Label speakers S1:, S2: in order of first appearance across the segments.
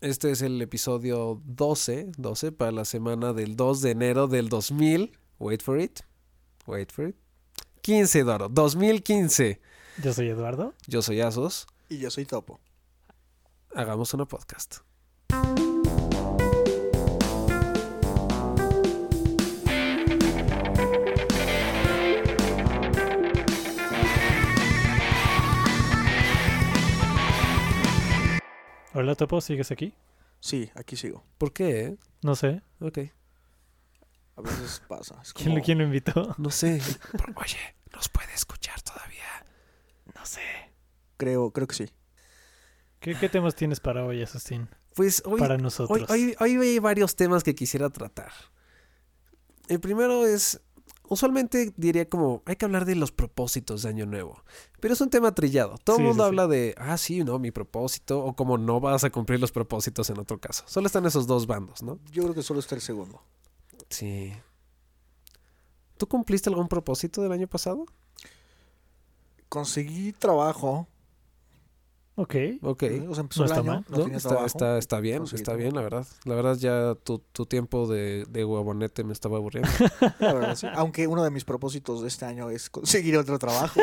S1: Este es el episodio 12, 12 para la semana del 2 de enero del 2000. Wait for it. Wait for it. 15, Eduardo. 2015.
S2: Yo soy Eduardo.
S1: Yo soy Asos.
S3: Y yo soy Topo.
S1: Hagamos una podcast.
S2: Hola Topo, ¿sigues aquí?
S3: Sí, aquí sigo.
S1: ¿Por qué? eh?
S2: No sé.
S1: Ok.
S3: A veces pasa. Es
S2: ¿Quién, lo-
S3: como-
S2: quién lo invitó?
S1: No sé. Pero, oye, ¿nos puede escuchar todavía?
S2: No sé.
S3: Creo, creo que sí.
S2: ¿Qué, qué temas tienes para hoy, Asustín?
S1: Pues hoy,
S2: para
S1: hoy,
S2: nosotros.
S1: hoy, hoy hay varios temas que quisiera tratar. El primero es, usualmente diría como, hay que hablar de los propósitos de Año Nuevo. Pero es un tema trillado. Todo el
S2: Sí,
S1: mundo
S2: sí, sí.
S1: habla de, ah, sí, no, mi propósito, o como no vas a cumplir los propósitos en otro caso. Solo están esos dos bandos, ¿no?
S3: Yo creo que solo está el segundo.
S1: Sí. ¿Tú cumpliste algún propósito del año pasado?
S3: Conseguí trabajo.
S2: Ok.
S1: Ok.
S3: ¿eh? O sea, empezó
S2: No
S3: el
S2: está
S3: año.
S2: mal,
S3: No,
S1: ¿no?
S3: tenía
S1: está,
S3: trabajo.
S1: está, está bien,
S3: Conseguí
S1: está
S3: trabajo.
S1: bien, la verdad. La verdad ya tu, tu tiempo de, de guabonete me estaba aburriendo.
S3: La verdad, sí. Aunque uno de mis propósitos de este año es conseguir otro trabajo.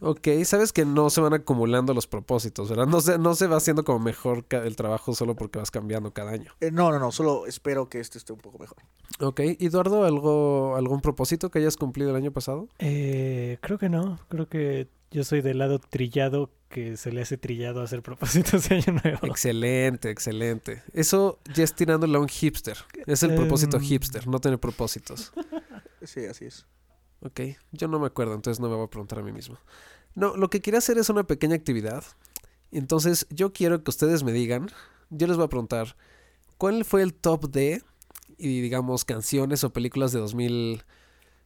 S1: ok, sabes que no se van acumulando los propósitos, ¿verdad? No se, no se va haciendo como mejor ca- el trabajo solo porque vas cambiando cada año.
S3: Eh, no, no, no. Solo espero que este esté un poco mejor.
S1: Ok, Eduardo, ¿algo, ¿algún propósito que hayas cumplido el año pasado?
S2: Eh, creo que no. Creo que yo soy del lado trillado que se le hace trillado hacer propósitos de año nuevo.
S1: Excelente, excelente. Eso ya es tirándole a un hipster. Es el propósito
S2: Em.
S1: hipster, no tener propósitos.
S3: Sí, así es.
S1: Ok, yo no me acuerdo, entonces no me voy a preguntar a mí mismo. No, lo que quería hacer es una pequeña actividad. Entonces, yo quiero que ustedes me digan, yo les voy a preguntar, ¿cuál fue el top de, y digamos, canciones o películas de 2000...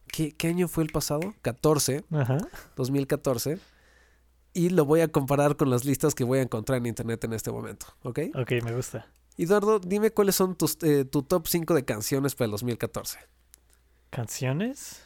S1: ¿Qué, qué año fue el pasado? 14,
S2: Ajá.
S1: 2014. Y lo voy a comparar con las listas que voy a encontrar en internet en este momento, ¿ok?
S2: Ok, me gusta.
S1: Eduardo, dime cuáles son tus, eh, tu top 5 de canciones para el 2014.
S2: ¿Canciones?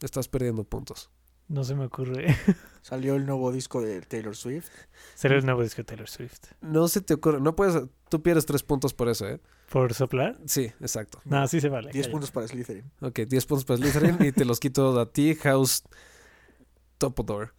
S1: Estás perdiendo puntos.
S2: No se me ocurre.
S3: Salió el nuevo disco de Taylor Swift.
S2: Será el nuevo disco de Taylor Swift.
S1: No se te ocurre, no puedes, tú pierdes tres puntos por eso, ¿eh?
S2: ¿Por soplar?
S1: Sí, exacto.
S2: No, sí se vale.
S3: 10
S2: calla.
S3: puntos para Slytherin.
S1: Ok, 10 puntos para Slytherin y te los quito a ti, House Topodor.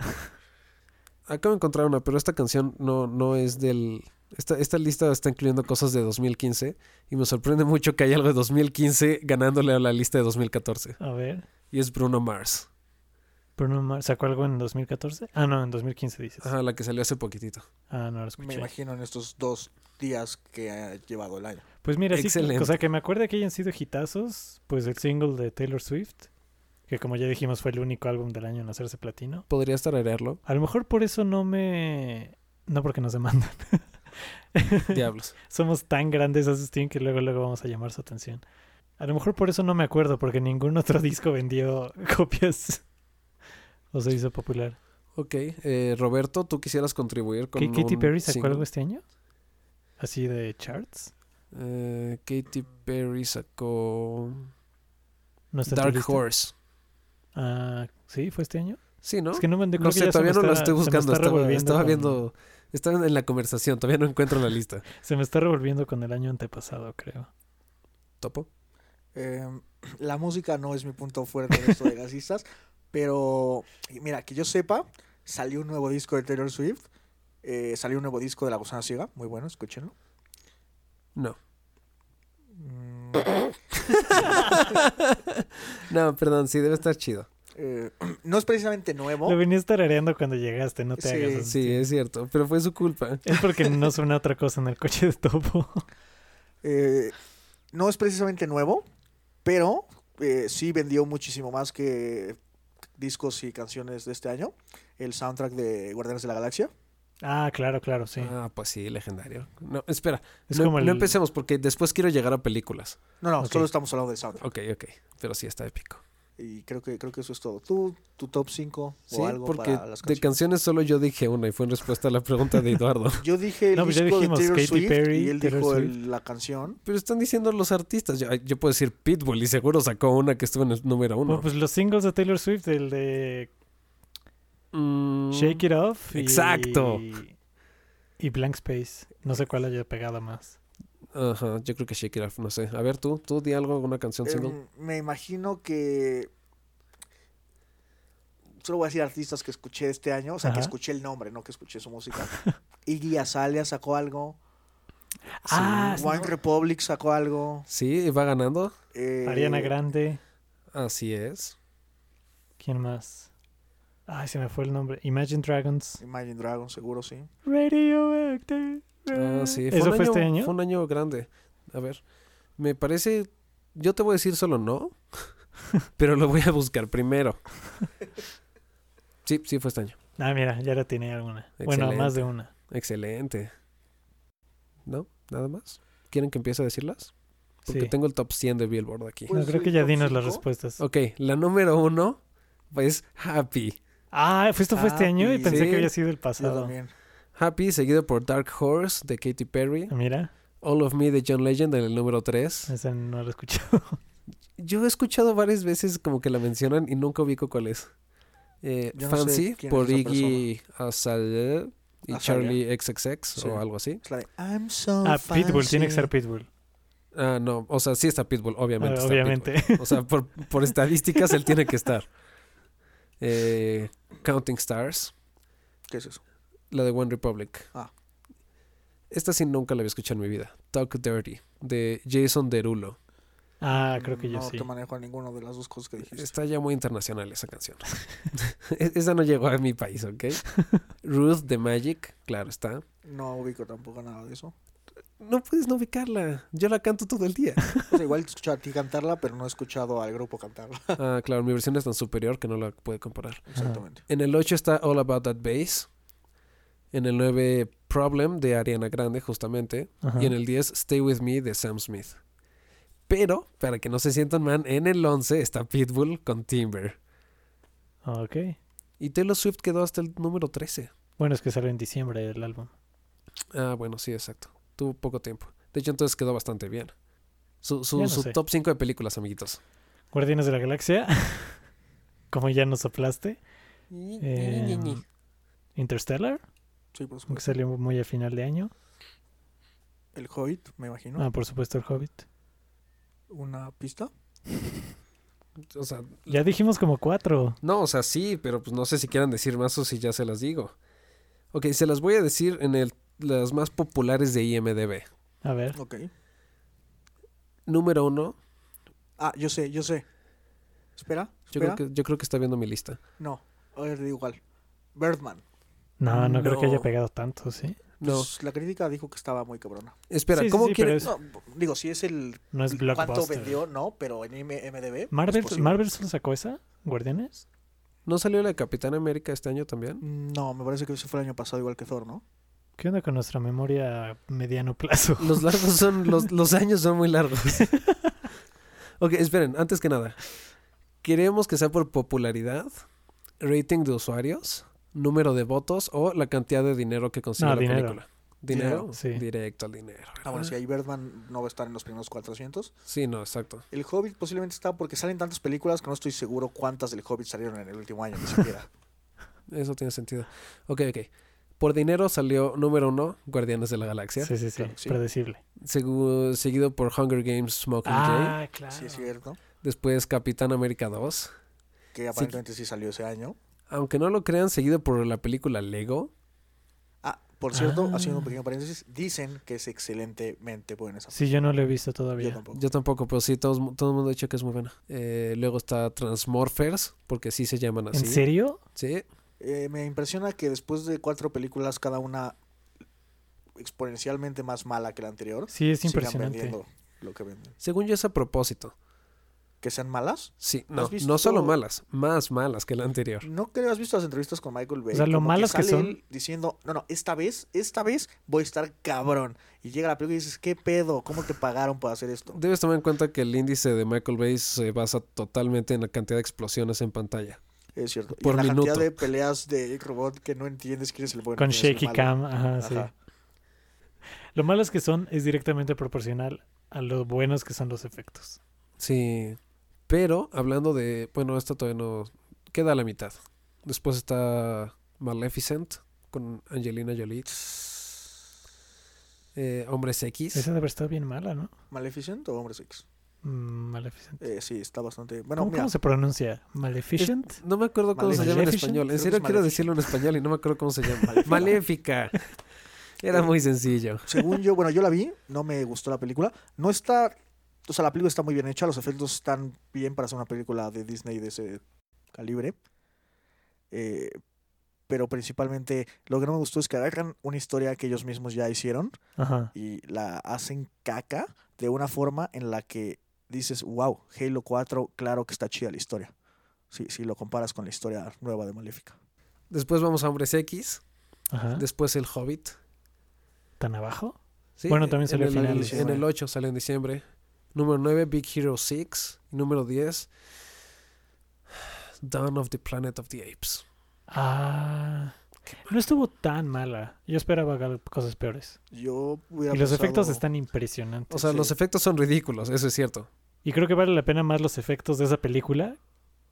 S1: Acabo de encontrar una, pero esta canción no, no es del... Esta, esta lista está incluyendo cosas de 2015 y me sorprende mucho que haya algo de 2015 ganándole a la lista de 2014.
S2: A ver.
S1: Y es Bruno Mars.
S2: Bruno Mars sacó algo en 2014. Ah, no, en 2015 dices.
S1: Ajá, la que salió hace poquitito.
S2: Ah, no lo
S3: Me
S2: escuché.
S3: imagino en estos dos días que ha llevado el año.
S2: Pues mira, sí,
S1: Excelente.
S2: o sea, que me acuerdo que hayan sido hitazos, pues el single de Taylor Swift, que como ya dijimos fue el único álbum del año en hacerse platino.
S1: ¿Podrías tararearlo?
S2: A lo mejor por eso no me... No porque nos demandan.
S1: Diablos.
S2: Somos tan grandes, Asustín, que luego luego vamos a llamar su atención. A lo mejor por eso no me acuerdo, porque ningún otro disco vendió copias o se hizo popular.
S1: Ok, eh, Roberto, ¿tú quisieras contribuir con
S2: ¿Qué, ¿Katy
S1: un
S2: Perry sacó
S1: single?
S2: algo este año? ¿Así de charts?
S1: Eh, Katy Perry sacó
S2: ¿No está en tu
S1: Dark
S2: lista?
S1: Horse.
S2: Ah, ¿sí? ¿Fue este año?
S1: Sí, ¿no?
S2: Es que no me creo
S1: no
S2: que
S1: sé,
S2: ya se
S1: todavía
S2: me
S1: no la
S2: está-
S1: estoy
S2: se me
S1: buscando.
S2: está
S1: Estaba,
S2: revolviendo
S1: estaba
S2: con-
S1: viendo. Estaba en la conversación, todavía no encuentro la lista.
S2: Se me está revolviendo con el año antepasado, creo.
S1: ¿Topo?
S3: Eh, la música no es mi punto fuerte en esto de las listas, pero mira, que yo sepa, salió un nuevo disco de Taylor Swift, eh, salió un nuevo disco de La Gusana Ciega, muy bueno, escúchenlo.
S1: No.
S3: Mm,
S1: No, perdón, sí, debe estar chido.
S3: eh, no es precisamente nuevo,
S2: Lo venías tarareando cuando llegaste, no te
S3: Sí.
S2: hagas. así.
S1: Sí, es cierto, pero fue su culpa.
S2: Es porque no suena otra cosa en el coche de topo.
S3: eh, no es precisamente nuevo, pero eh, sí vendió muchísimo más que discos y canciones de este año, el soundtrack de Guardianes de la Galaxia.
S2: Ah, claro, claro, sí.
S1: Ah, pues sí, legendario. No, espera,
S2: es
S1: no,
S2: como el...
S1: no empecemos porque después quiero llegar a películas.
S3: No, no,
S2: Ok.
S3: solo estamos hablando de soundtrack.
S1: Ok, ok, pero sí está épico.
S3: Y creo que, creo que eso es todo. ¿Tú, tu top 5
S1: Sí,
S3: o algo
S1: porque
S3: para las
S1: de
S3: canciones?
S1: canciones solo yo dije una y fue en respuesta a la pregunta de Eduardo.
S3: Yo dije el
S2: No, pues ya
S3: disco
S2: dijimos,
S3: de Taylor
S2: Katy
S3: Swift
S2: Perry,
S3: y él
S2: Taylor
S3: dijo el-
S2: Swift.
S3: la canción.
S1: Pero están diciendo los artistas. Yo, yo puedo decir Pitbull y seguro sacó una que estuvo en el número uno.
S2: Bueno, pues los singles de Taylor Swift, el de
S1: Mm,
S2: Mm, Shake It Off. y-
S1: Exacto.
S2: Y Blank Space. No sé cuál haya pegado más.
S1: Ajá, yo creo que Shake It Off, no sé. A ver, tú, tú di algo, alguna canción single.
S3: Em, me imagino que. Solo voy a decir artistas que escuché este año, o sea, que
S2: Ajá.
S3: escuché el nombre, no que escuché su música. Iggy Azalea sacó algo,
S2: Ah, sí,
S3: Wine Republic sacó algo.
S1: Sí, va ganando.
S3: eh,
S2: Ariana Grande.
S1: Así es.
S2: ¿Quién más? Ay, se me fue el nombre. Imagine Dragons.
S3: Imagine Dragons, seguro, sí.
S2: Radioactive.
S1: Ah, sí.
S2: ¿Eso
S1: un
S2: fue este año?
S1: Fue un año grande. A ver, me parece. Yo te voy a decir solo no, pero lo voy a buscar primero. Sí, sí, fue este año.
S2: Ah, mira, ya la tenía alguna. Bueno, más de una.
S1: Excelente. ¿No? ¿Nada más? ¿Quieren que empiece a decirlas? Porque
S2: Sí.
S1: tengo el top 100 de Billboard aquí.
S3: Pues,
S2: no, creo
S3: el
S2: que ya
S3: top
S2: dinos las
S3: cinco.
S2: respuestas.
S1: Ok, la número uno es Happy.
S2: Ah, pues esto fue este año y
S3: Happy.
S2: pensé
S1: Sí.
S2: que había sido el
S3: Yo
S2: pasado.
S3: también.
S1: Happy, seguido por Dark Horse de Katy Perry.
S2: Ah, Mira,
S1: All of Me de John Legend en el número 3.
S2: esa no la escuché.
S1: Yo he escuchado varias veces como que la mencionan y nunca ubico cuál es. Eh,
S3: Yo no sé
S1: Fancy
S3: quién es
S1: por
S3: esa
S1: Iggy Azalea y
S3: Azalea.
S1: Charlie XXX
S3: Sí.
S1: o algo así.
S3: Es la de I'm so
S2: Ah, Pitbull, tiene que
S3: fancy.
S2: ser Pitbull.
S1: Ah, no, o sea, sí está Pitbull, obviamente.
S2: Ah,
S1: está
S2: obviamente.
S1: Pitbull. O sea, por, por estadísticas él tiene que estar. Eh, Counting Stars,
S3: ¿Qué es eso?
S1: la de One Republic.
S3: Ah.
S1: Esta sí nunca la había escuchado en mi vida. Talk Dirty, de Jason Derulo.
S2: Ah, creo que yo
S3: no
S2: sí.
S3: te manejo a ninguna de las dos cosas que dijiste.
S1: Está ya muy internacional esa canción. E- esa no llegó a mi país, ¿ok? Ruth de Magic, claro está.
S3: No ubico tampoco nada de eso.
S1: No puedes no ubicarla. Yo la canto todo el día.
S3: O sea, igual te escucho a ti cantarla, pero no he escuchado al grupo cantarla.
S1: Ah, claro, mi versión es tan superior que no la puede comparar.
S3: Exactamente.
S1: En el 8 está All About That Bass. En el 9, Problem de Ariana Grande, justamente.
S2: Ajá.
S1: Y en el 10, Stay With Me de Sam Smith. Pero, para que no se sientan mal, en el 11 está Pitbull con Timber.
S2: Ok.
S1: Y Taylor Swift quedó hasta el número 13.
S2: Bueno, es que salió en diciembre el álbum.
S1: Ah, bueno, sí, exacto. Tuvo poco tiempo. De hecho, entonces quedó bastante bien. Su, su,
S2: Ya no
S1: su
S2: sé.
S1: top 5 de películas, amiguitos.
S2: Guardianes de la Galaxia. Como ya nos soplaste. Eh, Interstellar,
S3: Sí, por supuesto.
S2: aunque salió muy a final de año.
S3: El Hobbit, me imagino.
S2: Ah, por supuesto, El Hobbit.
S3: Una pista.
S1: O sea,
S2: Ya dijimos como cuatro.
S1: no, o sea, sí, pero pues no sé si quieran decir más o si ya se las digo. Ok, se las voy a decir en el, las más populares de IMDB.
S2: A ver.
S3: Ok.
S1: Número 1,
S3: Ah, yo sé, yo sé. Espera,
S1: yo,
S3: espera.
S1: creo que, yo creo que está viendo mi lista.
S3: No, a ver, digo igual. Birdman.
S2: No, no, creo que
S1: No.
S2: haya pegado tanto, ¿sí?
S1: No,
S3: Pues, la crítica dijo que estaba muy cabrona.
S1: espera,
S2: Sí, sí,
S1: ¿cómo
S2: sí,
S1: quieren?
S2: pero
S3: No, digo, si es el.
S2: No es
S3: ¿Cuánto
S2: blockbuster.
S3: vendió? No, pero en MDB.
S2: Marvel, Marvel solo sacó esa, Guardianes.
S1: ¿No salió la de Capitán América este año también?
S3: No, me parece que eso fue el año pasado, igual que Thor, ¿no?
S2: ¿Qué onda con nuestra memoria a mediano plazo?
S1: Los largos son, los, los años son muy largos. ok, esperen, antes que nada. Queremos que sea por popularidad, rating de usuarios, número de votos o la cantidad de dinero que consigue
S2: No,
S1: la
S2: dinero.
S1: película. ¿Dinero?
S3: Dinero,
S2: sí.
S1: Directo al dinero. ¿verdad?
S3: Ah, bueno, si hay Birdman, no va a estar en los primeros 400.
S1: Sí, no, exacto.
S3: El Hobbit posiblemente está porque salen tantas películas que no estoy seguro cuántas del Hobbit salieron en el último año, ni siquiera.
S1: Eso tiene sentido. Ok, ok. Por dinero salió número uno, Guardianes de la Galaxia.
S2: Sí, sí, sí,
S3: Claro, sí.
S2: predecible.
S1: segu- seguido por Hunger Games Smoking
S2: Ah, claro.
S3: Sí, es cierto.
S1: Después Capitán América 2.
S3: Que aparentemente sí salió ese año.
S1: Aunque no lo crean, seguido por la película Lego.
S3: Ah, por cierto,
S2: Ah.
S3: haciendo un pequeño paréntesis, dicen que es excelentemente buena esa
S2: Sí, yo no lo he visto
S3: Yo
S2: todavía.
S3: tampoco.
S1: Yo tampoco, pero sí, todos, todo el mundo ha dicho que es muy buena. Eh, luego está Transmorphers, porque sí se llaman así.
S2: ¿En serio?
S1: Sí.
S3: Eh, me impresiona que después de cuatro películas, cada una exponencialmente más mala que la anterior,
S2: Sí, es
S3: sigan
S2: impresionante.
S3: vendiendo lo que venden.
S1: Según yo es a propósito.
S3: ¿Que sean malas?
S1: Sí, no,
S3: ¿Has visto-
S1: no solo malas, más malas que la anterior.
S3: No creo, has visto las entrevistas con Michael Bay.
S2: O sea, lo
S3: Como
S2: malas que
S3: sale
S2: son.
S3: él Diciendo, no, no, esta vez, esta vez voy a estar cabrón. Y llega la película y dices, ¿qué pedo? ¿Cómo te pagaron por hacer esto?
S1: Debes tomar en cuenta que el índice de Michael Bay se basa totalmente en la cantidad de explosiones en pantalla.
S3: Es cierto. y
S1: Por
S3: en la
S1: minuto.
S3: cantidad de peleas de robot que no entiendes quién es el bueno.
S2: Con
S3: quién es el
S2: shaky
S3: malo.
S2: cam, ajá, sí.
S3: Ajá.
S2: Lo malo es que son, es directamente proporcional a lo buenos que son los efectos.
S1: Sí. Pero hablando de. Bueno, esta todavía no. Queda a la mitad. Después está Maleficent con Angelina Jolie. eh, Hombres X.
S2: Esa debe estar bien mala, ¿no?
S3: ¿Maleficent o Hombres X?
S2: Mm, Maleficent.
S3: Eh, sí, está bastante. Bueno,
S2: ¿Cómo,
S3: mira,
S2: cómo se pronuncia? ¿Maleficent?
S1: No me acuerdo cómo se llama en
S2: Maleficent.
S1: español.
S3: Creo
S1: En
S3: que
S1: serio
S3: es
S1: quiero
S3: Maleficent.
S1: decirlo en español y no me acuerdo cómo se llama. Maléfica.
S3: Maléfica.
S1: Era muy sencillo.
S3: según yo, bueno, yo la vi, no me gustó la película. No está. O sea, la película está muy bien hecha, los efectos están bien para hacer una película de Disney de ese calibre. Eh, pero principalmente lo que no me gustó es que agarran una historia que ellos mismos ya hicieron
S2: Ajá.
S3: y la hacen caca de una forma en la que dices, wow, Halo 4, claro que está chida la historia. Si, si lo comparas con la historia nueva de Maléfica.
S1: Después vamos a Hombres X.
S2: Ajá.
S1: Después el Hobbit.
S2: ¿Tan abajo?
S1: Sí,
S2: Bueno,
S1: eh,
S2: también salió
S1: en
S2: a
S1: el,
S2: finales.
S1: En el 8 salió en diciembre. Número 9, Big Hero 6. Y número 10, Dawn of the Planet of the Apes.
S2: Ah. No estuvo tan mala. Yo esperaba gal- cosas peores.
S3: Yo hubiera
S2: Y los efectos
S3: pensado-
S2: están impresionantes.
S1: O sea,
S3: Sí.
S1: los efectos son ridículos, eso es cierto.
S2: Y creo que vale la pena más los efectos de esa película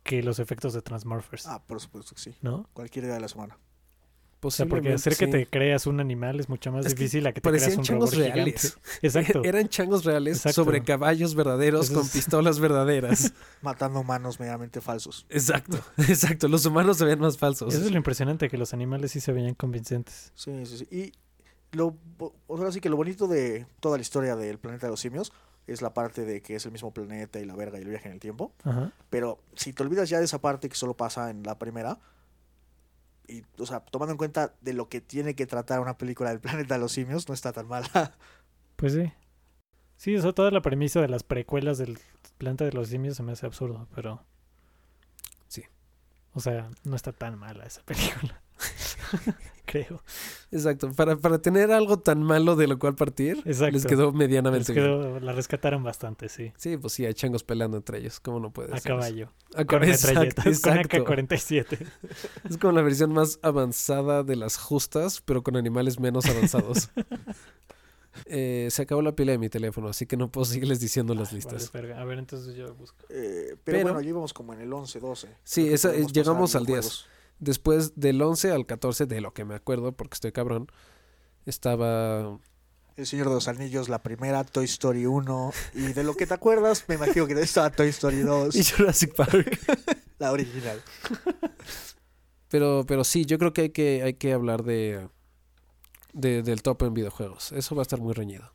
S2: que los efectos de Transmorphers.
S3: Ah, por supuesto que sí.
S2: ¿No?
S3: Cualquier día de la semana.
S2: O sea, porque
S1: Posiblemente
S2: hacer que
S1: sí.
S2: te creas un animal es mucho más
S1: Es que
S2: difícil a que te creas
S1: Parecían
S2: un robot
S1: changos
S2: gigante.
S1: reales.
S2: Exacto.
S1: Eran changos reales
S2: Exacto.
S1: sobre caballos verdaderos
S2: Eso
S1: con
S2: es-
S1: pistolas verdaderas.
S3: Matando humanos meramente falsos.
S1: exacto, exacto. Los humanos se veían más falsos.
S2: Eso es lo impresionante, que los animales sí se veían convincentes.
S3: Sí, sí, sí. Y lo, bo- o sea, sí que lo bonito de toda la historia del planeta de los simios es la parte de que es el mismo planeta y la verga y el viaje en el tiempo.
S2: Ajá.
S3: Pero si te olvidas ya de esa parte que solo pasa en la primera, y, o sea, tomando en cuenta de lo que tiene que tratar una película del planeta de los simios, no está tan mala.
S2: Pues sí. Sí, eso toda la premisa de las precuelas del planta de los simios se me hace absurdo, pero.
S1: Sí.
S2: O sea, no está tan mala esa película. Creo.
S1: Exacto. Para, para tener algo tan malo de lo cual partir,
S2: Exacto.
S1: les quedó medianamente
S2: Les
S1: bien.
S2: quedó- la rescataron bastante, sí.
S1: Sí, pues sí, hay changos peleando entre ellos. ¿Cómo no puede
S2: A
S1: ser eso?
S2: caballo.
S1: A
S2: Con
S1: caballo. Exacto,
S2: metralletas, con
S1: exacto.
S2: AK-47.
S1: Es como la versión más avanzada de las justas, pero con animales menos avanzados. Eh, se acabó la pila de mi teléfono, así que no puedo seguirles diciendo las
S2: Ay, vale,
S1: listas.
S2: verga. A ver, entonces yo busco.
S3: Eh, pero,
S1: Pero-
S3: bueno, ya íbamos como en el 11, 12.
S1: Sí,
S3: Creo que
S1: esa- eh,
S3: podemos
S1: llegamos
S3: pasar
S1: al 10.
S3: videojuegos.
S1: Después del 11 al 14, de lo que me acuerdo, porque estoy cabrón, estaba...
S3: El Señor de los Anillos, la primera, Toy Story 1. Y de lo que te acuerdas, me imagino que estaba Toy Story 2,
S1: Y Jurassic Park.
S3: la original.
S1: Pero, pero sí, yo creo que hay que, hay que hablar de, de- del top en videojuegos. Eso va a estar muy reñido.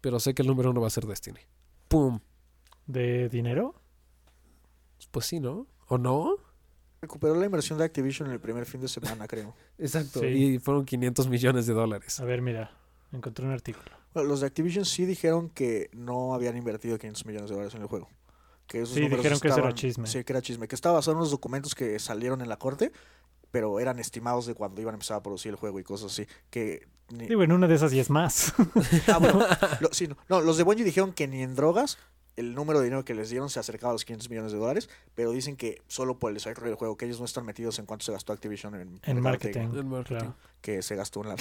S1: Pero sé que el número uno va a ser Destiny. ¡Pum!
S2: ¿De dinero?
S1: Pues sí, ¿no? ¿O no?
S3: Recuperó la inversión de Activision en el primer fin de semana, creo.
S1: Exacto.
S2: Sí. Ah,
S1: Y fueron 500 millones de dólares.
S2: A ver, mira. Encontré un artículo.
S3: Bueno, los de Activision sí dijeron que no habían invertido 500 millones de dólares en el juego. Que esos
S2: Sí,
S3: números
S2: dijeron que eso era
S3: estaban-
S2: chisme.
S3: Sí, que era chisme. Que estaba basado en unos documentos que salieron en la corte, pero eran estimados de cuando iban a empezar a producir el juego y cosas así. Que ni-
S2: Digo, en una de esas y es más.
S3: Ah, bueno, lo- sí, no, no, los de Bungie dijeron que ni en drogas el número de dinero que les dieron se acercaba a los 500 millones de dólares, pero dicen que solo por el desarrollo del juego, que ellos no están metidos en cuánto se gastó Activision en,
S2: En
S3: mercadotecnia,
S2: marketing.
S1: El marketing.
S2: Claro.
S3: Que se gastó en la...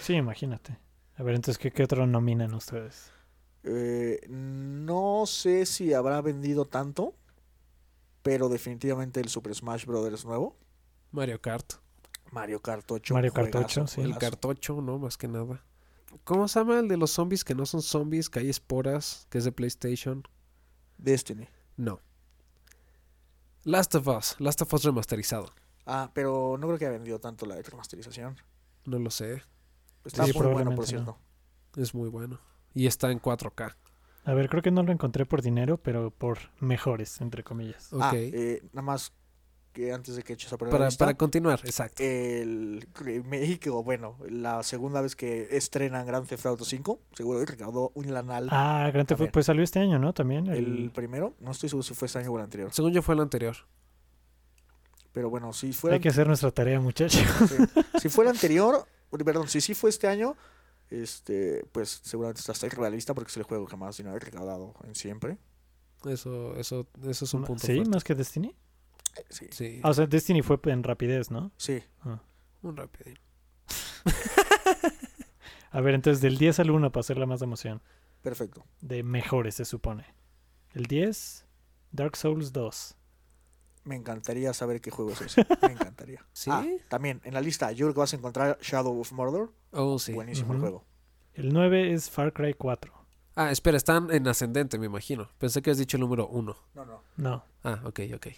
S2: Sí, imagínate. A ver, entonces, ¿qué, qué otro nominan ustedes?
S3: Eh, no sé si habrá vendido tanto, pero definitivamente el Super Smash Brothers nuevo,
S1: Mario Kart.
S3: Mario Kart 8.
S2: Mario Kart
S3: juegazo,
S2: 8, sí.
S1: El
S3: juegazo.
S1: cartocho, ¿no? Más que nada. ¿Cómo se llama el de los zombies que no son zombies, que hay esporas, que es de PlayStation?
S3: Destiny.
S1: No. Last of Us. Last of Us remasterizado.
S3: Ah, pero no creo que haya vendido tanto la de remasterización.
S1: No lo sé.
S3: Está
S2: Sí,
S3: muy bueno, por
S2: probablemente
S3: cierto.
S1: Es muy bueno. Y está en 4K.
S2: A ver, creo que no lo encontré por dinero, pero por mejores, entre comillas.
S1: Ok.
S3: Ah, eh, nada más que antes de que eches a perder la
S1: para,
S3: lista,
S1: para continuar,
S3: Eh.
S1: exacto.
S3: el remake, o bueno, la segunda vez que estrenan Grand Theft Auto 5, seguro que recaudó un lanal
S2: Ah, Grand Theft
S3: A ver.
S2: pues salió este año, ¿no? También.
S3: el
S2: El,
S3: primero. No estoy seguro si fue este año o el anterior.
S1: Según yo fue el anterior.
S3: Pero bueno, si fue,
S2: Hay
S3: el,
S2: que hacer nuestra tarea, muchachos.
S3: sí. si fue el anterior, perdón, si sí fue este año, este pues seguramente está hasta arriba de la lista porque es el juego que más dinero ha recaudado en siempre.
S1: Eso, eso, eso es un punto
S2: ¿Sí?
S1: fuerte.
S2: ¿Más que Destiny?
S3: Eh, Sí,
S1: Sí,
S2: Ah, o sea, Destiny fue en rapidez, ¿no?
S3: sí.
S1: un rapidín.
S2: A ver, entonces, del 10 al 1 para hacerla más de emoción.
S3: perfecto.
S2: De mejores, se supone. El 10, Dark Souls 2.
S3: Me encantaría saber qué juego es ese. Me encantaría.
S1: ¿Sí?
S3: Ah, también, en la lista, yo creo que vas a encontrar Shadow of Murder.
S1: oh, sí.
S3: Buenísimo el
S2: Ujú.
S3: juego.
S2: El 9 es Far Cry 4.
S1: Ah, espera, están en ascendente, me imagino. Pensé que has dicho el número 1.
S3: No, no.
S2: No.
S1: Ah, ok, ok.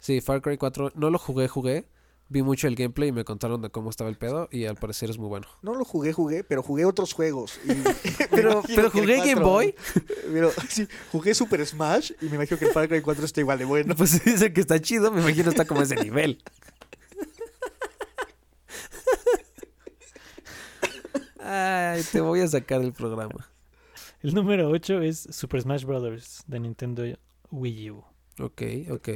S1: Sí, Far Cry 4, no lo jugué, jugué. Vi mucho el gameplay y me contaron de cómo estaba el pedo y al parecer es muy bueno.
S3: No lo jugué, jugué, pero jugué otros juegos. y- me
S1: Pero,
S3: imagino
S1: pero
S3: que el
S1: jugué Game
S3: 4,
S1: Boy.
S3: Pero sí, jugué Super Smash y me imagino que el Far Cry 4 está igual de bueno.
S1: Pues dice que está chido, me imagino está como a ese nivel. Ay, te voy a sacar del programa.
S2: El número 8 es Super Smash Bros. de Nintendo Wii U.
S1: Ok, ok.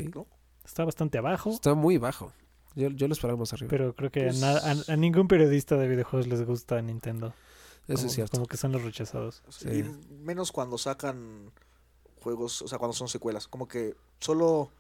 S2: Está bastante abajo,
S1: Está muy bajo. Yo, yo lo esperaba más arriba.
S2: pero creo que a
S3: Pues-
S2: na- a, a ningún periodista de videojuegos les gusta Nintendo.
S1: Eso
S2: Como-
S1: es cierto.
S2: Como que son los rechazados.
S3: O sea, pues, y menos cuando sacan juegos, o sea, cuando son secuelas. Como que solo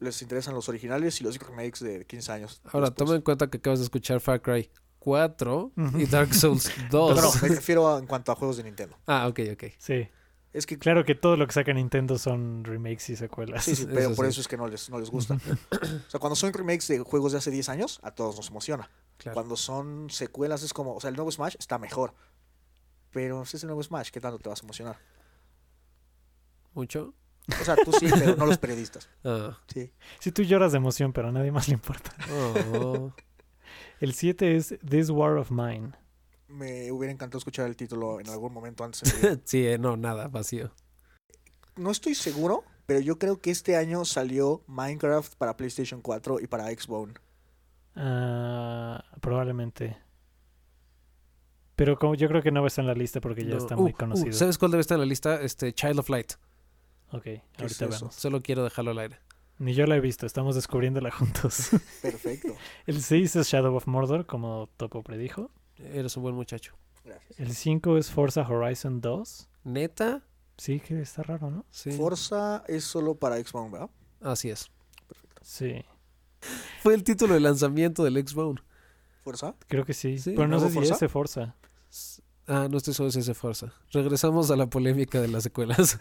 S3: les interesan los originales y los remakes de 15 años.
S1: Ahora,
S3: después.
S1: toma en cuenta que acabas de escuchar Far Cry 4
S2: Ujú.
S1: y Dark Souls
S3: No,
S1: 2.
S3: no, me refiero a- en cuanto a juegos de Nintendo.
S1: Ah, ok, ok.
S2: Sí.
S3: Es que,
S2: Claro que todo lo que saca Nintendo son remakes y secuelas.
S3: sí, sí,
S1: eso
S3: pero por
S1: sí.
S3: eso es que no les, no les gusta. O sea, cuando son remakes de juegos de hace 10 años, a todos nos emociona.
S1: Claro.
S3: Cuando son secuelas es como, o sea, el nuevo Smash está mejor. Pero si es el nuevo Smash, ¿qué tanto te vas a emocionar?
S1: ¿Mucho?
S3: O sea, tú sí, pero no los periodistas.
S1: Ah.
S3: Sí.
S2: Si tú lloras de emoción, pero a nadie más le importa.
S1: Oh.
S2: El 7 es This War of Mine.
S3: Me hubiera encantado escuchar el título en algún momento antes. de mi vida.
S1: sí, eh, no, nada, vacío.
S3: No estoy seguro, pero yo creo que este año salió Minecraft para PlayStation 4 y para Xbox.
S2: Ah, probablemente. Pero como, yo creo que no va a estar en la lista porque ya
S1: No.
S2: está
S1: Uh,
S2: muy
S1: uh,
S2: conocido.
S1: ¿Sabes cuál debe estar en la lista? Este, Child of Light.
S2: ok,
S3: es
S2: ahorita
S3: eso?
S2: vemos.
S1: Solo quiero dejarlo al aire.
S2: Ni yo la he visto, estamos descubriéndola juntos.
S3: Perfecto.
S2: El 6 es Shadow of Mordor, como Topo predijo.
S1: Eres un buen muchacho.
S3: Gracias.
S2: El 5 es Forza Horizon 2.
S1: ¿Neta?
S2: Sí, que está raro, ¿no?
S1: Sí.
S3: Forza es solo para Xbox, ¿verdad?
S1: Así es.
S2: Sí,
S1: Fue el título de lanzamiento del X-Bone.
S3: Forza.
S2: creo que sí.
S1: Sí,
S2: Pero no sé
S3: ¿nuevo
S2: si
S3: Forza?
S2: es de Forza.
S1: Ah, no estoy seguro si es de Forza. Regresamos a la polémica de las secuelas.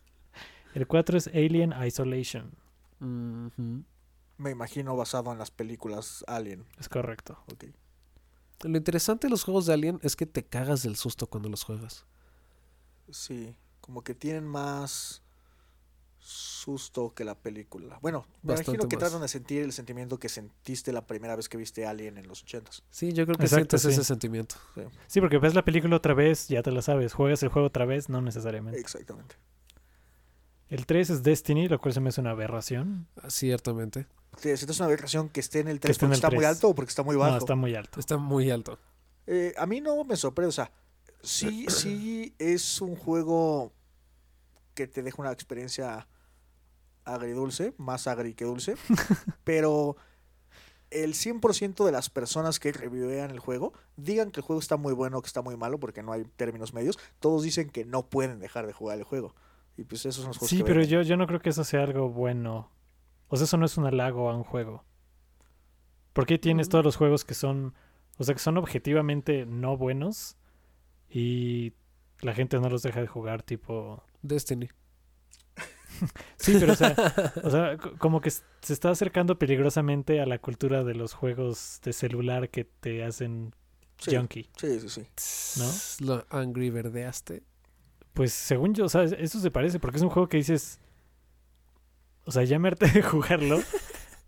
S2: El 4 es Alien Isolation.
S1: Ujú.
S3: Me imagino basado en las películas Alien.
S2: Es correcto.
S3: Ok.
S1: Lo interesante de los juegos de Alien es que te cagas del susto cuando los juegas.
S3: Sí, como que tienen más susto que la película. Bueno, me
S1: Bastante
S3: imagino que
S1: más.
S3: tratan de sentir el sentimiento que sentiste la primera vez que viste Alien en los ochentas.
S1: Sí, yo creo que
S2: Exacto,
S1: sientes
S2: sí.
S1: ese sentimiento.
S2: Sí, porque ves la película otra vez, ya te la sabes. Juegas el juego otra vez, no necesariamente.
S3: Exactamente.
S2: El 3 es Destiny, lo cual se me hace una aberración.
S1: Ah, Ciertamente.
S3: ¿Te sientes una vibración que esté en el 3
S2: esté en
S3: porque
S2: el
S3: está muy
S2: 3.
S3: alto o porque está muy bajo?
S2: No, está muy alto.
S1: Está muy alto.
S3: Eh, a mí no me sorprende, o sea, sí, sí es un juego que te deja una experiencia agridulce, más agri que dulce, pero el 100% de las personas que revivean el juego digan que el juego está muy bueno o que está muy malo porque no hay términos medios, todos dicen que no pueden dejar de jugar el juego. Y pues esos son los juegos
S2: Sí,
S3: que
S2: pero
S3: venden.
S2: yo, yo no creo que eso sea algo bueno. O sea, eso no es un halago a un juego. Porque tienes todos los juegos que son, o sea, que son objetivamente no buenos y la gente no los deja de jugar, tipo...
S1: Destiny.
S2: Sí, pero o sea, o sea, co- como que s- se está acercando peligrosamente a la cultura de los juegos de celular que te hacen
S3: Sí.
S2: junkie.
S3: Sí, sí, sí.
S2: ¿No?
S1: Lo angry verdeaste.
S2: Pues según yo, o sea, eso se parece, porque es un juego que dices, o sea, ya me harté de jugarlo,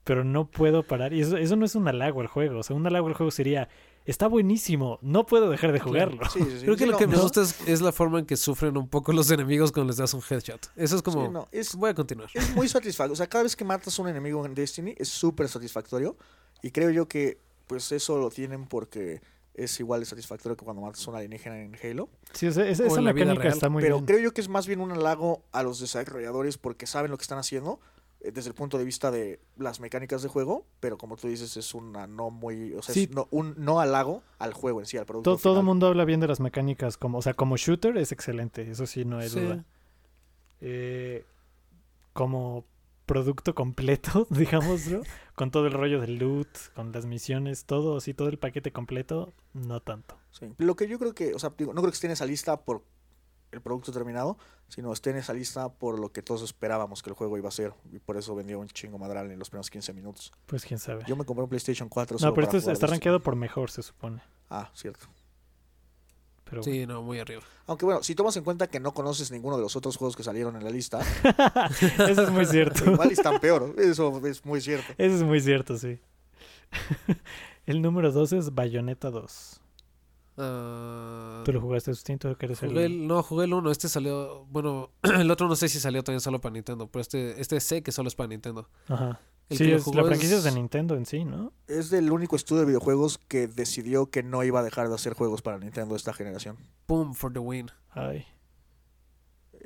S2: pero no puedo parar. Y eso, eso no es un halago al juego, o sea, un halago al juego sería, está buenísimo, no puedo dejar de jugarlo.
S3: Sí, sí, sí.
S1: Creo que
S3: Sí,
S1: lo
S3: no,
S1: que me
S3: no,
S1: gusta es, es la forma en que sufren un poco los enemigos cuando les das un headshot. Eso es
S3: sí,
S1: como...
S3: no, es
S1: Voy a continuar.
S3: es muy satisfactorio. O sea, cada vez que matas a un enemigo en Destiny es súper satisfactorio. Y creo yo que pues eso lo tienen porque es igual de satisfactorio que cuando matas a un alienígena en Halo.
S2: Sí, o sea, es-
S1: O
S2: esa
S1: en la vida
S2: mecánica
S1: real,
S2: está muy
S3: Pero
S2: bien.
S3: creo yo que es más bien un halago a los desarrolladores porque saben lo que están haciendo eh, desde el punto de vista de las mecánicas de juego, pero como tú dices es una no muy, o sea,
S2: Sí.
S3: es no- un no halago al juego en sí, al producto.
S2: To- todo el
S3: final.
S2: mundo habla bien de las mecánicas, como, o sea, como shooter es excelente, eso sí, no hay
S1: Sí.
S2: duda. Eh, como producto completo, digámoslo, con todo el rollo del loot, con las misiones, todo, así, todo el paquete completo, no tanto.
S3: Sí. Lo que yo creo que, o sea, digo, no creo que esté en esa lista por el producto terminado, sino esté en esa lista por lo que todos esperábamos que el juego iba a ser. Y por eso vendió un chingo madral en los primeros 15 minutos.
S2: Pues quién sabe.
S3: Yo me compré un PlayStation 4 solo
S2: No, pero este
S3: para
S2: esto es-
S3: jugar
S2: está
S3: Destiny.
S2: rankeado por mejor, se supone.
S3: Ah, cierto.
S2: Pero bueno.
S1: Sí, no, muy arriba.
S3: Aunque bueno, si tomas en cuenta que no conoces ninguno de los otros juegos que salieron en la lista,
S2: Eso es muy cierto.
S3: igual están peor. Eso es muy cierto.
S2: Eso es muy cierto, sí. El número 2 es Bayonetta 2.
S1: Ah,
S2: ¿Tú lo jugaste, Justin? ¿Tú que eres el-
S1: jugué el- no, jugué el uno. Este salió. Bueno, el otro no sé si salió también solo para Nintendo. Pero este, este sé que solo es para Nintendo.
S2: Ajá.
S1: El
S2: Sí,
S1: que lo
S2: es,
S1: jugó
S2: la franquicia es
S1: es-
S2: de Nintendo en sí, ¿no?
S3: Es del único estudio de videojuegos que decidió que no iba a dejar de hacer juegos para Nintendo esta generación.
S1: Boom for the win.
S2: Ay.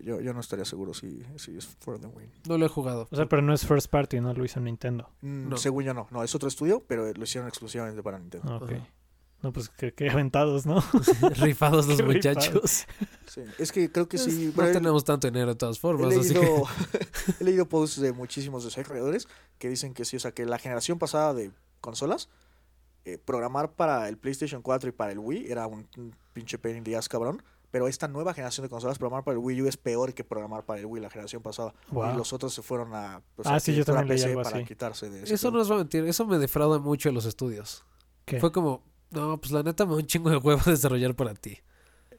S3: Yo, yo no estaría seguro si, si es For the Win.
S1: No lo he jugado.
S2: O sea, pero no es first party, no lo hizo Nintendo.
S3: Mm,
S1: No.
S3: Según yo no. No, es otro estudio, pero lo hicieron exclusivamente para Nintendo.
S2: Ah, Ok.
S1: Ajá.
S2: No, pues qué, qué aventados, ¿no?
S1: Rifados los
S2: Qué
S1: muchachos.
S2: Ah.
S3: Sí. Es que creo que sí.
S1: no
S3: bueno,
S1: tenemos tanto dinero de todas
S3: he,
S1: formas. Así que.
S3: leído, he leído posts de muchísimos desarrolladores que dicen que sí, o sea, que la generación pasada de consolas, eh, programar para el PlayStation 4 y para el Wii era un, un pinche pain in the ass, cabrón. Pero esta nueva generación de consolas, programar para el Wii U es peor que programar para el Wii la generación pasada.
S2: Wow.
S3: Y los otros se fueron a. pues,
S2: Ah,
S3: a
S2: sí, yo
S3: arquitectura
S2: también leí algo
S3: para
S2: así.
S3: quitarse de ese
S1: Eso no
S3: pedo.
S1: os va a mentir. Eso me defrauda mucho a los estudios.
S2: ¿Qué?
S1: Fue como. No, pues la neta me da un chingo de huevo desarrollar para ti.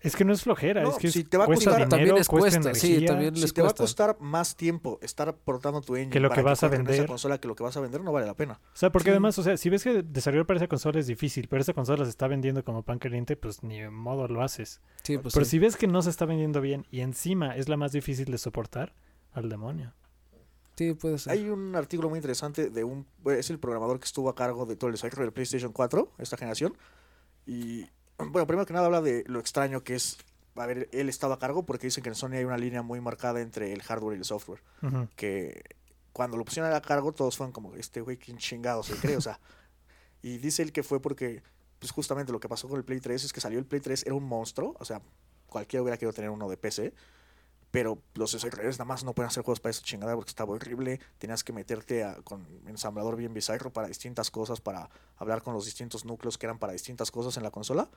S2: Es que no es flojera,
S3: No,
S2: es que
S3: si
S2: es-
S3: te va a
S2: cuesta
S3: costar-
S2: dinero,
S1: También es
S2: cuesta
S1: cuesta, sí,
S2: energía.
S1: también-
S3: Si
S1: les
S3: te va a
S1: cuesta.
S3: costar más tiempo estar portando tu engine
S2: Que lo que vas a
S3: corra en esa
S2: vender.
S3: consola que lo que vas a vender no vale la pena.
S2: O sea, porque
S1: Sí.
S2: además, o sea, si ves que desarrollar para esa consola es difícil, pero esa consola se está vendiendo como pan caliente, pues ni modo lo haces.
S1: Sí, pues.
S2: pero
S1: sí.
S2: si ves que no se está vendiendo bien y encima es la más difícil de soportar, al demonio.
S1: Sí, puede ser.
S3: Hay un artículo muy interesante de un bueno, es el programador que estuvo a cargo de todo el desarrollo del PlayStation 4, esta generación. Y bueno, primero que nada habla de lo extraño que es haber él estado a cargo porque dicen que en Sony hay una línea muy marcada entre el hardware y el software.
S2: Ujú.
S3: que cuando lo pusieron a cargo todos fueron como, este güey, ¿quién chingado se cree? O sea, y dice él que fue porque, pues justamente lo que pasó con el Play 3 es que salió el Play 3, era un monstruo, o sea, cualquiera hubiera querido tener uno de PC, pero los desarrolladores nada más no pueden hacer juegos para esa chingada porque estaba horrible, tenías que meterte a- con un ensamblador bien bizarro para distintas cosas, para hablar con los distintos núcleos que eran para distintas cosas en la consola.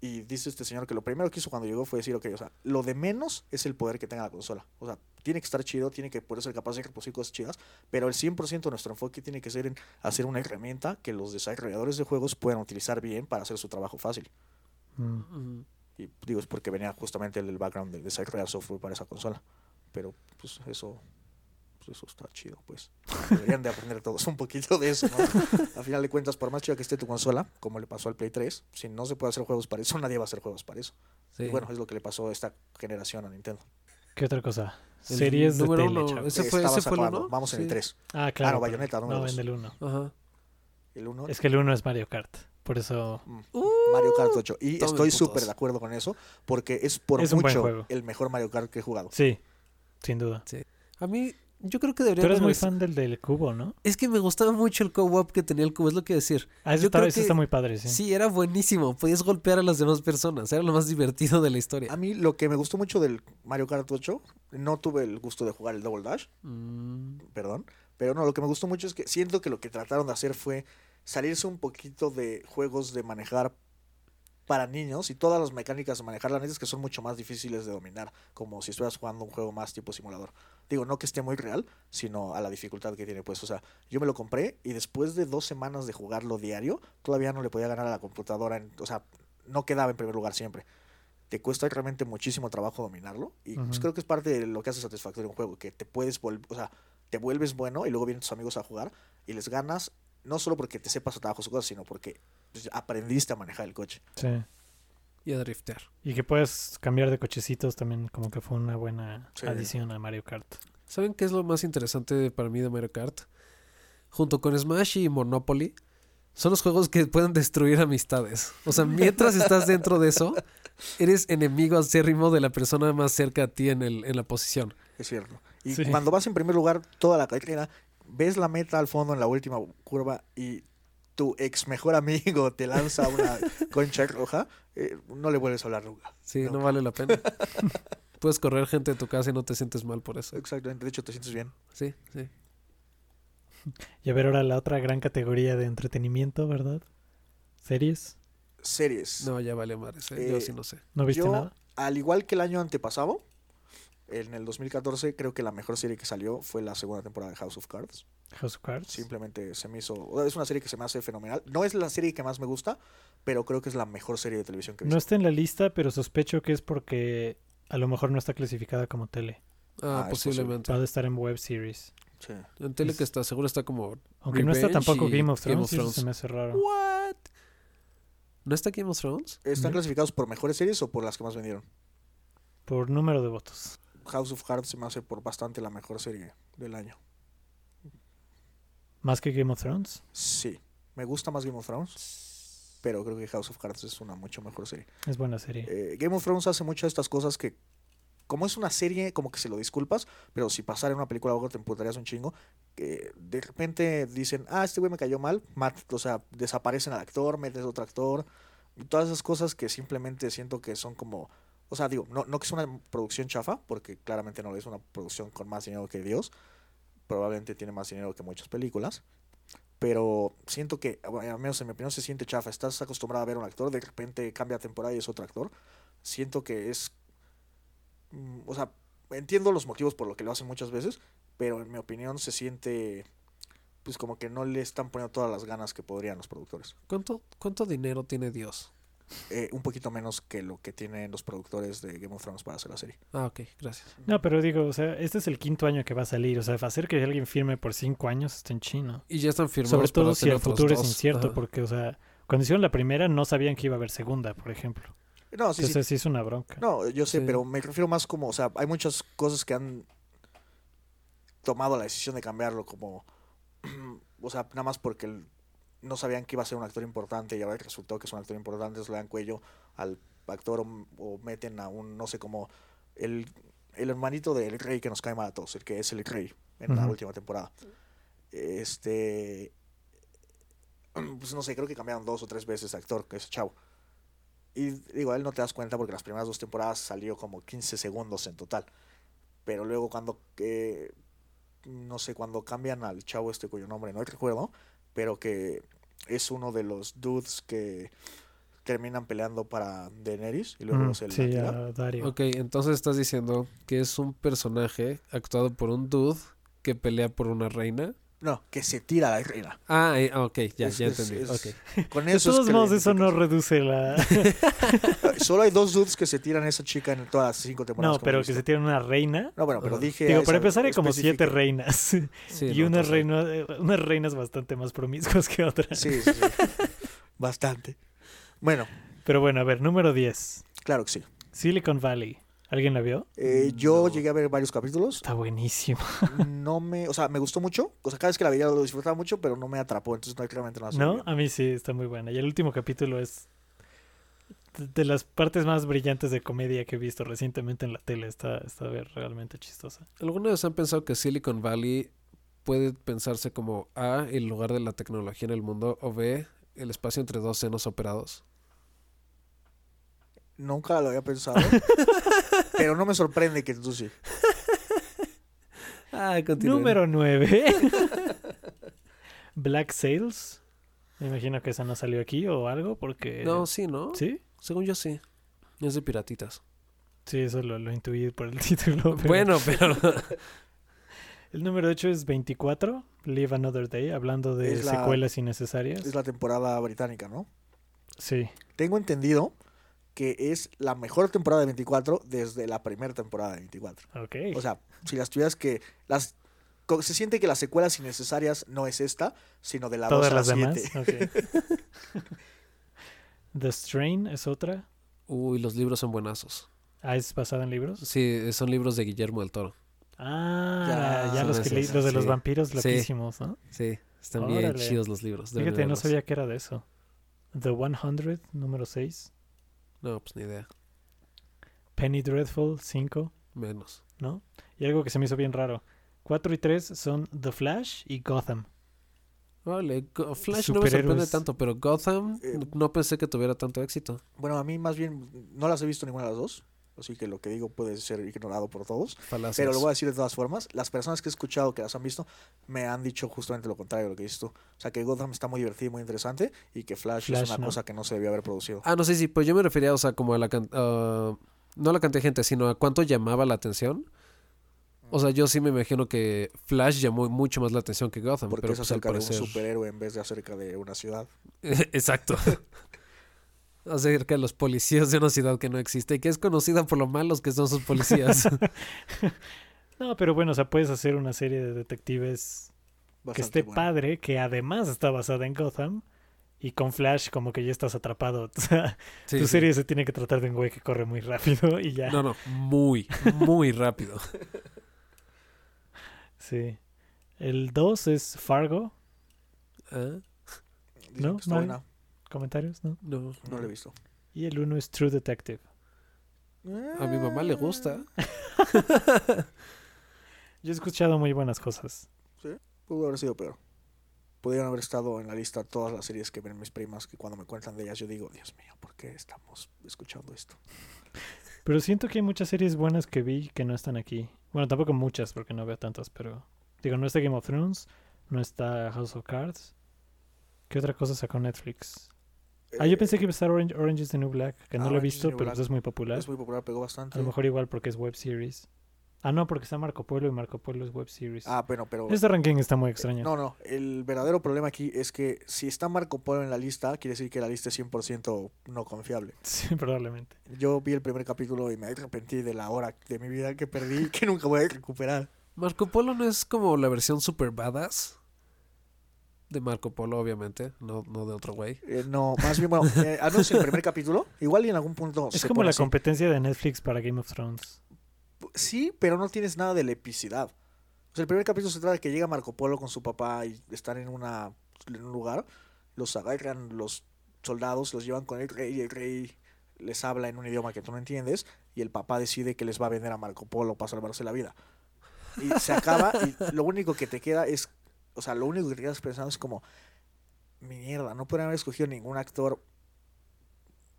S3: Y dice este señor que lo primero que hizo cuando llegó fue decir, ok, o sea, lo de menos es el poder que tenga la consola. O sea, tiene que estar chido, tiene que poder ser capaz de reproducir cosas chidas, pero el 100% de nuestro enfoque tiene que ser en hacer una herramienta que los desarrolladores de juegos puedan utilizar bien para hacer su trabajo fácil.
S2: Mm.
S1: Ujú.
S3: Y digo, es porque venía justamente el background de desarrollar software para esa consola. Pero pues eso, pues, eso está chido, pues. Deberían de aprender todos un poquito de eso, ¿no? Al final de cuentas, por más chida que esté tu consola, como le pasó al Play 3, si no se puede hacer juegos para eso, nadie va a hacer juegos para eso.
S1: Sí.
S3: Y bueno, es lo que le pasó a esta generación a Nintendo.
S2: ¿Qué otra cosa?
S1: El
S2: Series de
S1: número
S2: tele,
S1: uno,
S2: chavos.
S1: Ese
S3: Eh,
S1: fue-
S3: estabas
S1: ese fue el
S3: acabando.
S1: uno?
S3: Vamos en el
S1: Sí.
S3: 3.
S2: Ah, claro.
S3: no, Bayonetta, número
S2: No,
S3: dos.
S2: en el 1.
S1: Ajá.
S3: El 1,
S2: Es que el 1 es Mario Kart. Por eso
S3: Uh. Mario Kart 8. Y
S1: tomen
S3: estoy
S1: putos.
S3: súper de acuerdo con eso, porque es por
S2: Es un buen
S3: mucho
S2: juego.
S3: el mejor Mario Kart que he jugado.
S2: Sí, sin duda.
S1: A mí, yo creo que
S2: Tú
S1: debería.
S2: eres muy fan del del cubo, ¿no?
S1: Es que me gustaba mucho el co-op que tenía el cubo, es lo que decir.
S2: Ah, ese
S1: Yo
S2: está,
S1: creo
S2: ese
S1: que-
S2: está muy padre, sí.
S1: Sí, era buenísimo. Podías golpear a las demás personas. Era lo más divertido de la
S3: A
S1: historia.
S3: mí lo que me gustó mucho del Mario Kart 8, no tuve el gusto de jugar el Double Dash,
S1: Mm,
S3: perdón, pero no, lo que me gustó mucho es que siento que lo que trataron de hacer fue salirse un poquito de juegos de manejar para niños y todas las mecánicas de manejar, la neta es que son mucho más difíciles de dominar, como si estuvieras jugando un juego más tipo simulador. Digo, no que esté muy real, sino a la dificultad que tiene, pues, o sea, yo me lo compré y después de dos semanas de jugarlo diario, todavía no le podía ganar a la computadora, en- o sea, no quedaba en primer lugar siempre. Te cuesta realmente muchísimo trabajo dominarlo y pues,
S2: Ujú.
S3: creo que es parte de lo que hace satisfactorio un juego, que te puedes volver, o sea, te vuelves bueno y luego vienen tus amigos a jugar y les ganas, no solo porque te sepas atajos o cosas, sino porque pues, aprendiste a manejar el coche.
S2: sí.
S1: y a driftear.
S2: Y que puedes cambiar de cochecitos también, como que fue una buena
S3: Sí.
S2: adición a Mario Kart.
S1: ¿Saben qué es lo más interesante para mí de Mario Kart? Junto con Smash y Monopoly, son los juegos que pueden destruir amistades. O sea, mientras estás dentro de eso, eres enemigo acérrimo de la persona más cerca a ti en, el, en la posición.
S3: Es cierto. Y
S2: Sí.
S3: cuando vas en primer lugar toda la carrera, ves la meta al fondo en la última curva y tu ex mejor amigo te lanza una concha roja, eh, no le vuelves a hablar nunca.
S1: Sí, no,
S3: No.
S1: vale la pena. Puedes correr gente de tu casa y no te sientes mal por eso.
S3: Exactamente, de hecho te sientes bien.
S1: Sí, sí.
S2: Y a ver ahora la otra gran categoría de entretenimiento, ¿verdad? Series.
S3: Series.
S1: No, ya vale madres. ¿eh? Yo
S3: Eh,
S1: sí no sé.
S2: ¿No viste
S3: Yo,
S2: nada?
S3: al igual que el año antepasado, en el 2014, creo que la mejor serie que salió fue la segunda temporada de House of Cards.
S2: House of Cards.
S3: Simplemente se me hizo. Es una serie que se me hace fenomenal. No es la serie que más me gusta, pero creo que es la mejor serie de televisión que he
S2: No
S3: visto.
S2: está en la lista, pero sospecho que es porque a lo mejor no está clasificada como tele.
S1: Ah,
S3: Ah, es
S1: posiblemente.
S2: Va a estar en web series.
S3: Sí.
S1: En tele
S2: Es-
S1: que está, seguro está como.
S2: Aunque no está
S1: Revenge
S2: tampoco
S1: y
S2: Game of
S1: Game
S2: Thrones,
S1: of
S2: eso
S1: Thrones.
S2: se me hace raro.
S1: ¿What? ¿No está Game of Thrones?
S3: ¿Están
S2: Ujú.
S3: clasificados por mejores series o por las que más vendieron?
S2: Por número de votos.
S3: House of Cards se me hace por bastante la mejor serie del año.
S2: Más que Game of Thrones.
S3: Sí. Me gusta más Game of Thrones, pero creo que House of Cards es una mucho mejor serie.
S2: Es buena serie.
S3: Eh, Game of Thrones hace muchas de estas cosas que, como es una serie, como que se lo disculpas, pero si pasara en una película o algo te emputarías un chingo. que de repente dicen, ah, este güey me cayó mal, mat- o sea, desaparecen al actor, metes otro actor, y todas esas cosas que simplemente siento que son como. O sea, digo, no, no que es una producción chafa, porque claramente no es una producción con más dinero que Dios. Probablemente tiene más dinero que muchas películas. Pero siento que, bueno, al menos en mi opinión, se siente chafa. Estás acostumbrado a ver a un actor, de repente cambia temporada y es otro actor siento que es. mm, O sea, entiendo los motivos por lo que lo hacen muchas veces, pero en mi opinión se siente. Pues como que no le están poniendo todas las ganas que podrían los productores.
S1: ¿Cuánto, ¿Cuánto dinero tiene Dios?
S3: Eh, un poquito menos que lo que tienen los productores de Game of Thrones para hacer la serie.
S1: Ah, ok, gracias.
S2: No, pero digo, o sea, este es el quinto año que va a salir. O sea, hacer que alguien firme por cinco años está en chino.
S1: Y ya están firmados.
S2: Sobre todo
S1: para
S2: si
S1: hacer
S2: el
S1: otros
S2: futuro
S1: dos.
S2: es incierto,
S1: Ajá.
S2: porque, o sea, cuando hicieron la primera no sabían que iba a haber segunda, por ejemplo.
S3: No, sí, sí,
S2: Entonces sí es una bronca.
S3: No, yo sé,
S1: Sí.
S3: pero me refiero más como, o sea, hay muchas cosas que han tomado la decisión de cambiarlo, como, o sea, nada más porque el- no sabían que iba a ser un actor importante y ahora resultó que es un actor importante, se le dan cuello al actor o, o meten a un, no sé, como el, el hermanito del rey que nos cae mal a todos, el que es el rey en la
S2: Ujú.
S3: última temporada. Este, pues no sé, creo que cambiaron dos o tres veces de actor, que es chavo. Y digo, a él no te das cuenta porque las primeras dos temporadas salió como 15 segundos en total. Pero luego cuando, eh, no sé, cuando cambian al chavo este cuyo nombre no recuerdo, pero que es uno de los dudes que terminan peleando para Daenerys y luego
S2: Mm,
S3: se la
S2: sí,
S3: tira.
S2: a Dario.
S1: Ok, entonces estás diciendo que es un personaje actuado por un dude que pelea por una reina.
S3: No, que se tira a la reina.
S1: Ah, eh, ok, ya,
S3: Es-
S1: ya
S3: es-
S1: entendí.
S3: es-
S1: ok.
S3: Con
S2: De
S3: eso es
S2: todos
S3: que
S2: modos,
S3: le
S2: eso no reduce
S3: identificas.
S2: la...
S3: Solo hay dos dudes que se tiran a esa chica en todas las cinco temporadas.
S2: no,
S3: como
S2: pero que
S3: viste.
S2: se tiene una reina.
S3: No, bueno, pero
S1: Ajá.
S3: dije...
S2: Digo,
S3: a
S2: para
S3: esa
S2: empezar hay como siete
S3: específica.
S2: reinas.
S1: Sí,
S2: y
S1: no, entonces-
S2: unas reinas, unas reinas bastante más promiscuas que otras.
S3: Sí, sí, sí. Bastante. Bueno,
S2: Pero bueno, a ver, número 10.
S3: claro que sí.
S2: Silicon Valley. ¿Alguien la vio?
S3: Eh, yo
S1: No.
S3: llegué a ver varios capítulos.
S2: Está buenísimo.
S3: No me, o sea, me gustó mucho. O sea, cada vez que la veía lo disfrutaba mucho, pero no me atrapó. Entonces, no, claramente no la seguí
S2: ¿No?
S3: viendo.
S2: A mí Ah, sí, está muy buena. Y el último capítulo es de- de las partes más brillantes de comedia que he visto recientemente en la tele. Está, está realmente chistosa.
S1: ¿Alguna vez han pensado que Silicon Valley puede pensarse como A, el lugar de la tecnología en el mundo, o B, el espacio entre dos senos operados?
S3: Nunca lo había pensado. pero no me sorprende que tú sí.
S1: Ah,
S2: Número 9. Black Sales. Me imagino que esa no salió aquí o algo porque...
S1: No, sí, ¿no?
S2: Eh, ¿Sí?
S1: Según yo sí. Es de piratitas.
S2: Sí, eso lo, lo intuí por el título. pero-
S1: Bueno, pero...
S2: El número 8 es 24, Live Another Day, hablando de
S3: Es la-
S2: secuelas innecesarias.
S3: Es la temporada británica, ¿no?
S2: Sí,
S3: Tengo entendido que es la mejor temporada de 24 desde la primera temporada de 24.
S2: ok.
S3: O sea, si las tuvieras que. las co- Se siente que las secuelas innecesarias no es esta, sino de la
S2: Todas
S3: 2 a la
S2: las demás.
S3: 7.
S2: ok. The Strain es otra.
S1: Uy, los libros son buenazos.
S2: Ah, es basada en libros.
S1: Sí, son libros de Guillermo del Toro.
S2: Ah, ya,
S3: Ya,
S2: los, que
S1: sí,
S2: leí-
S1: sí,
S2: los de los
S1: sí.
S2: vampiros
S1: Sí.
S2: loquísimos, ¿no?
S1: Sí, están bien
S2: Órale.
S1: chidos los libros. deben
S2: Fíjate, no
S1: leerlos.
S2: sabía que era de eso. The 100, número 6.
S1: No, pues ni idea.
S2: Penny Dreadful, 5,
S1: Menos.
S2: ¿no? Y algo que se me hizo bien raro. 4 y 3 son The Flash y Gotham.
S1: Vale, Go- Flash no me sorprende
S2: Superhéroes.
S1: tanto, pero Gotham
S3: Eh,
S1: no pensé que tuviera tanto éxito.
S3: Bueno, a mí más bien no las he visto ninguna de las dos. Así que lo que digo puede ser ignorado por todos.
S1: Falacias.
S3: Pero lo voy a decir de todas formas. Las personas que he escuchado que las han visto me han dicho justamente lo contrario de lo que dices tú. O sea, que Gotham está muy divertido y muy interesante y que Flash,
S2: Flash,
S3: es una
S2: ¿no?
S3: cosa que no se debió haber producido.
S1: Ah, no, sí, sí, pues yo me refería, o sea, como a la can- ah, no a la cantidad de gente, sino a cuánto llamaba la atención. O sea, yo sí me imagino que Flash llamó mucho más la atención que Gotham.
S3: Porque
S1: pero
S3: es
S1: pues, al
S3: acerca de
S1: parecer.
S3: un superhéroe en vez de acerca de una ciudad.
S1: Exacto. Acerca de los policías de una ciudad que no existe y que es conocida por lo malos que son sus policías.
S2: No, pero bueno, o sea, puedes hacer una serie de detectives que
S3: Bastante
S2: esté
S3: bueno.
S2: padre, que además está basada en Gotham. Y con Flash como que ya estás atrapado. O sea,
S1: Sí,
S2: tu
S1: sí.
S2: serie se tiene que tratar de un güey que corre muy rápido y ya.
S1: No, no, muy, muy rápido.
S2: Sí. El 2 es Fargo.
S1: Ah,
S3: Dicen
S2: ¿No?
S3: que está
S2: Vale.
S3: buena.
S2: ¿Comentarios? ¿No?
S1: No.
S3: No la he visto.
S2: Y el 1 es True Detective.
S1: A mi mamá le
S3: Eh,
S1: gusta.
S2: Yo he escuchado muy buenas cosas.
S3: Pudo haber sido peor. Pudieron haber estado en la lista todas las series que ven mis primas, que cuando me cuentan de ellas yo digo, Dios mío, ¿por qué estamos escuchando esto?
S2: Pero siento que hay muchas series buenas que vi que no están aquí. Bueno, tampoco muchas porque no veo tantas, pero... Digo, no está Game of Thrones, no está House of Cards. ¿Qué otra cosa sacó Netflix? Ah,
S3: Eh,
S2: yo pensé que iba a estar Orange, Orange is the New Black, que no lo he
S3: Orange is the
S2: visto,
S3: New
S2: pero
S3: Black.
S2: pues es muy popular.
S3: Es muy popular, pegó bastante.
S2: A lo mejor igual porque es web series. Ah, no, porque está Marco Polo y Marco Polo es web series.
S3: Ah, pero, pero...
S2: este ranking está muy extraño.
S3: No, no, el verdadero problema aquí es que si está Marco Polo en la lista, quiere decir que la lista es 100% no confiable.
S2: Sí, probablemente.
S3: Yo vi el primer capítulo y me arrepentí de la hora de mi vida que perdí que nunca voy a recuperar.
S1: Marco Polo no es como la versión super badass de Marco Polo, obviamente, no, no de otro güey.
S3: Eh, no, más bien, bueno, eh, al menos el primer capítulo, igual y en algún punto
S2: Es
S3: se
S2: como
S3: pone
S2: la
S3: así.
S2: competencia de Netflix para Game of Thrones.
S3: Sí, pero no tienes nada de epicidad. O sea, el primer capítulo se trata de que llega Marco Polo con su papá y están en, una, en un lugar, los agarran los soldados, los llevan con el rey y el rey les habla en un idioma que tú no entiendes y el papá decide que les va a vender a Marco Polo para salvarse la vida. Y se acaba y lo único que te queda es, o sea, lo único que te quedas pensando es como, mierda, no podrían haber escogido ningún actor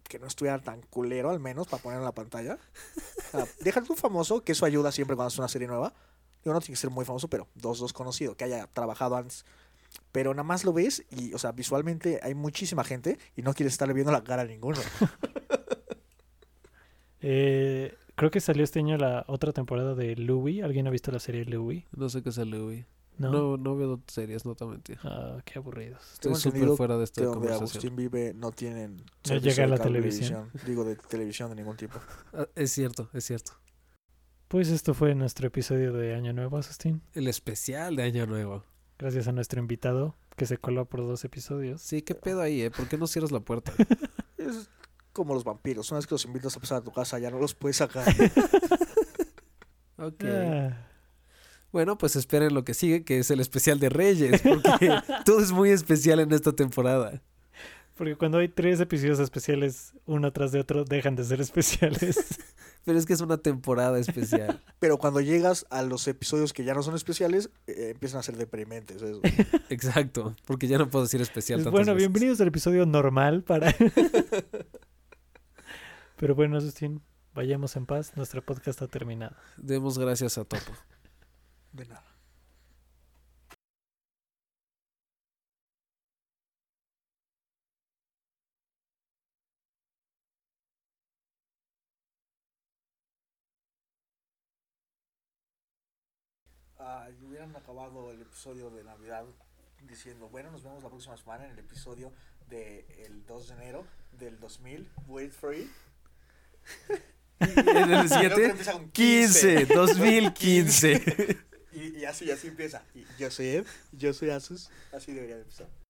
S3: que no estuviera tan culero al menos para poner en la pantalla. O sea, deja tú famoso, que eso ayuda siempre cuando es una serie nueva. Digo, no tiene que ser muy famoso, pero dos, dos conocido, que haya trabajado antes. Pero nada más lo ves y, o sea, visualmente hay muchísima gente y no quieres estarle viendo la cara a ninguno.
S2: Eh, creo que salió este año la otra temporada de Louis. ¿Alguien ha visto la serie Louis?
S1: No sé qué es el Louis.
S2: No.
S1: No, no, veo series, no te mentí.
S2: Ah, qué aburridos.
S1: Estoy
S3: Tengo
S1: súper
S3: entendido
S1: fuera de esta
S3: Que donde
S1: conversación.
S3: Agustín vive no tienen...
S2: No llega
S3: servicio de
S2: la
S3: cable
S2: televisión.
S3: televisión, Digo, de televisión de ningún tipo.
S1: Ah, es cierto, es cierto.
S2: Pues esto fue nuestro episodio de Año Nuevo, Asustín.
S1: El especial de Año Nuevo.
S2: Gracias a nuestro invitado que se coló por dos episodios.
S1: Sí, qué pedo ahí, ¿eh? ¿Por qué no cierras la puerta?
S3: Es como los vampiros. Una vez que los invitas a pasar a tu casa ya no los puedes sacar.
S1: Ok.
S2: Ah,
S1: Bueno, pues esperen lo que sigue, que es el especial de Reyes, porque todo es muy especial en esta temporada.
S2: porque cuando hay tres episodios especiales, uno tras de otro, dejan de ser especiales.
S1: Pero es que es una temporada especial.
S3: Pero cuando llegas a los episodios que ya no son especiales, eh, empiezan a ser deprimentes. eso.
S1: Exacto, porque ya no puedo decir especial.
S2: Pues
S1: tantas
S2: bueno,
S1: veces.
S2: bienvenidos al episodio normal para... Pero bueno, Asustín, vayamos en paz. Nuestro podcast ha terminado.
S1: Demos gracias a Topo.
S3: De nada. Ay, Ah, hubieran acabado el episodio de Navidad diciendo, bueno, nos vemos la próxima semana en el episodio del 2 de enero del 2000, Wait Free.
S1: En el siguiente, 15, 2015.
S3: Y, y así, así empieza. Y yo soy Ed, yo soy Asus. Así debería de empezar.